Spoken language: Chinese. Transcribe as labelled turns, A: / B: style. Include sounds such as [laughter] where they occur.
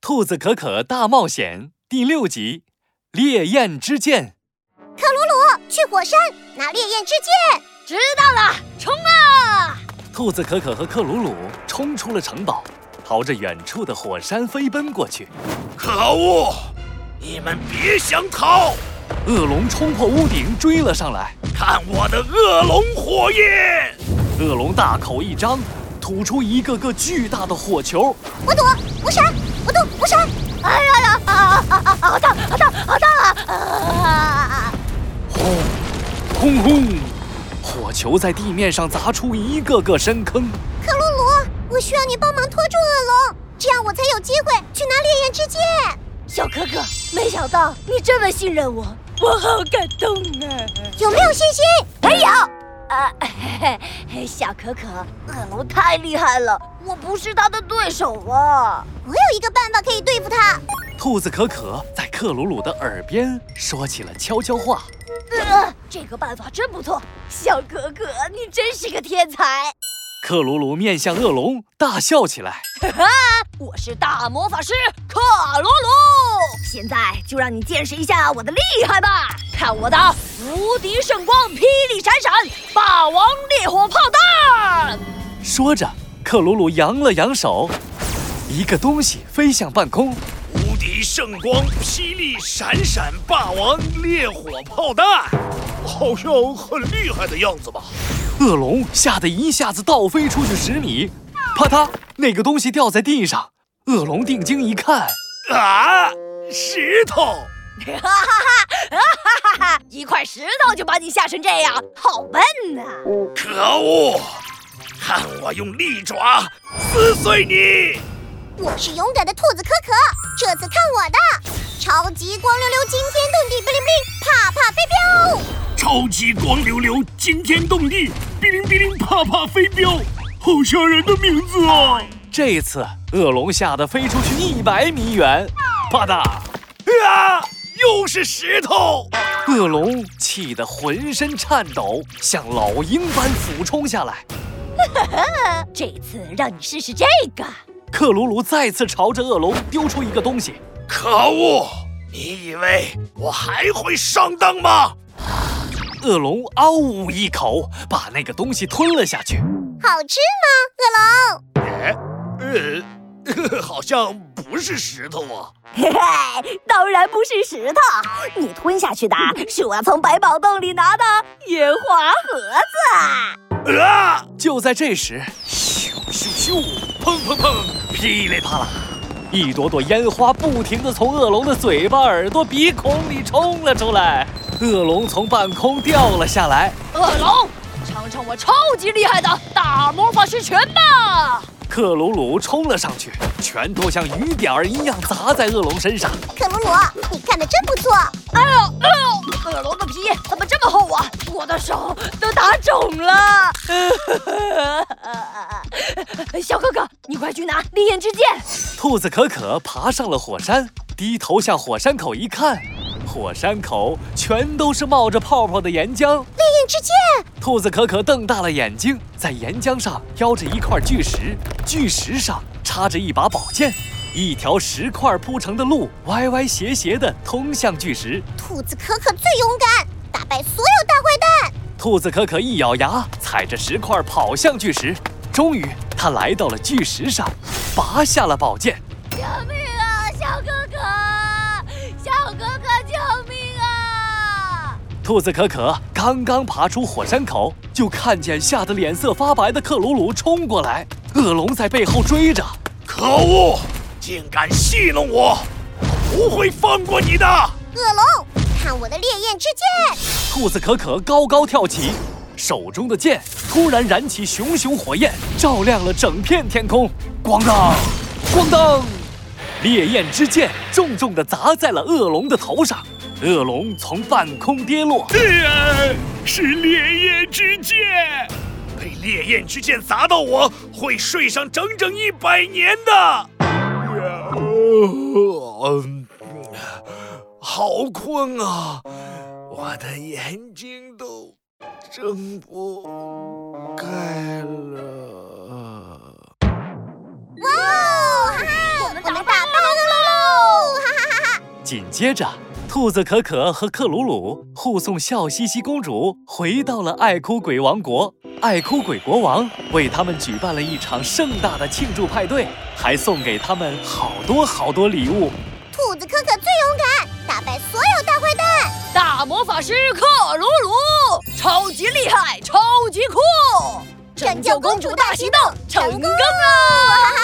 A: 兔子可可大冒险》第六集《烈焰之剑
B: 克鲁鲁去火山拿烈焰之剑，
C: 知道了，冲啊！》。
A: 兔子可可和克鲁鲁冲出了城堡，朝着远处的火山飞奔过去。
D: 可恶！你们别想逃！
A: 恶龙冲破屋顶追了上来，
D: 看我的恶龙火焰！
A: 恶龙大口一张，吐出一个个巨大的火球。
B: 我躲，我闪，我躲，我闪。哎呀呀！啊啊啊！好烫，好烫，好烫啊！啊
A: 轰，轰轰！火球在地面上砸出一个个深坑。
B: 克鲁鲁，我需要你帮忙拖住恶龙，这样我才有机会去拿烈焰之剑。
C: 小可可，没想到你这么信任我，我好感动啊！
B: 有没有信心？
C: 没有，啊，嘿嘿小可可，恶龙太厉害了，我不是他的对手啊！
B: 我有一个办法可以对付他。
A: 兔子可可在克鲁鲁的耳边说起了悄悄话。
C: 呃，这个办法真不错，小可可，你真是个天才！
A: 克鲁鲁面向恶龙大笑起来。
C: 我是大魔法师克鲁鲁，现在就让你见识一下我的厉害吧！看我的无敌圣光，霹雳闪闪，霸王烈火炮弹！
A: 说着，克鲁鲁扬了扬手，一个东西飞向半空。
D: 无敌圣光，霹雳闪闪，霸王烈火炮弹，好像很厉害的样子吧？
A: 恶龙吓得一下子倒飞出去十米，啪嗒，那个东西掉在地上。恶龙定睛一看，
D: 啊，石头！
C: 哈哈哈，哈哈哈！啊一块石头就把你吓成这样，好笨呐、
D: 可恶！看我用利爪撕碎你！
B: 我是勇敢的兔子可可，这次看我的！超级光溜溜，惊天动地，哔哩哔哩，啪啪飞镖！
D: 超级光溜溜，惊天动地，哔哩哔哩啪啪飞镖，好吓人的名字啊！
A: 这次恶龙吓得飞出去一百米远，啪嗒，
D: 啊，又是石头！
A: 恶龙气得浑身颤抖，像老鹰般俯冲下来。
C: 这次让你试试这个。
A: 克鲁鲁再次朝着恶龙丢出一个东西，
D: 可恶！你以为我还会上当吗？
A: 恶龙嗷呜一口把那个东西吞了下去。
B: 好吃吗，恶龙？
D: 呃，好像不是石头啊。
C: 嘿嘿，当然不是石头，你吞下去的啊是我从百宝洞里拿的野花盒子。
D: 啊！
A: 就在这时，
D: 咻咻，砰砰砰！
A: 噼里啪啦，一朵朵烟花不停地从恶龙的嘴巴、耳朵、鼻孔里冲了出来。恶龙从半空掉了下来，
C: 恶龙，尝尝我超级厉害的大魔法师拳吧！
A: 克鲁鲁冲了上去，拳头像雨点儿一样砸在恶龙身上。
B: 克鲁鲁，你干得真不错！
C: 哎呦哎呦，恶龙的皮怎么这么厚啊？我的手都打肿了。 [laughs] 小哥哥，你快去拿烈焰之剑。
A: 兔子可可爬上了火山，低头向火山口一看，火山口全都是冒着泡泡的岩浆。
B: 烈焰之剑，
A: 兔子可可瞪大了眼睛，在岩浆上挑着一块巨石，巨石上插着一把宝剑，一条石块铺成的路歪歪斜斜的通向巨石。
B: 兔子可可最勇敢，打败所有大坏蛋。
A: 兔子可可一咬牙，踩着石块跑向巨石。终于，他来到了巨石上，拔下了宝剑。
C: 救命啊，小哥哥！小哥哥，救命啊！
A: 兔子可可刚刚爬出火山口，就看见吓得脸色发白的克鲁鲁冲过来，恶龙在背后追着。
D: 可恶！竟敢戏弄我！我不会放过你的！
B: 恶龙，看我的烈焰之剑！
A: 兔子可可高高跳起，手中的剑突然燃起熊熊火焰，照亮了整片天空。咣当，咣当，烈焰之剑重重地砸在了恶龙的头上，恶龙从半空跌落。
D: 呃，是烈焰之剑。被烈焰之剑砸到我，会睡上整整一百年的。嗯，好困啊，我的眼睛都睁不开了。
B: 哇哦，我们打败了！
A: 紧接着，兔子可可和克鲁鲁护送笑嘻嘻公主回到了爱哭鬼王国。爱哭鬼国王为他们举办了一场盛大的庆祝派对，还送给他们好多好多礼物。
B: 兔子可可最勇敢，打败所有大坏蛋。
C: 大魔法师克鲁鲁，超级厉害，超级酷！
B: 拯救公主大行动
C: 成
B: 成
C: 功啊
B: 功
C: 了！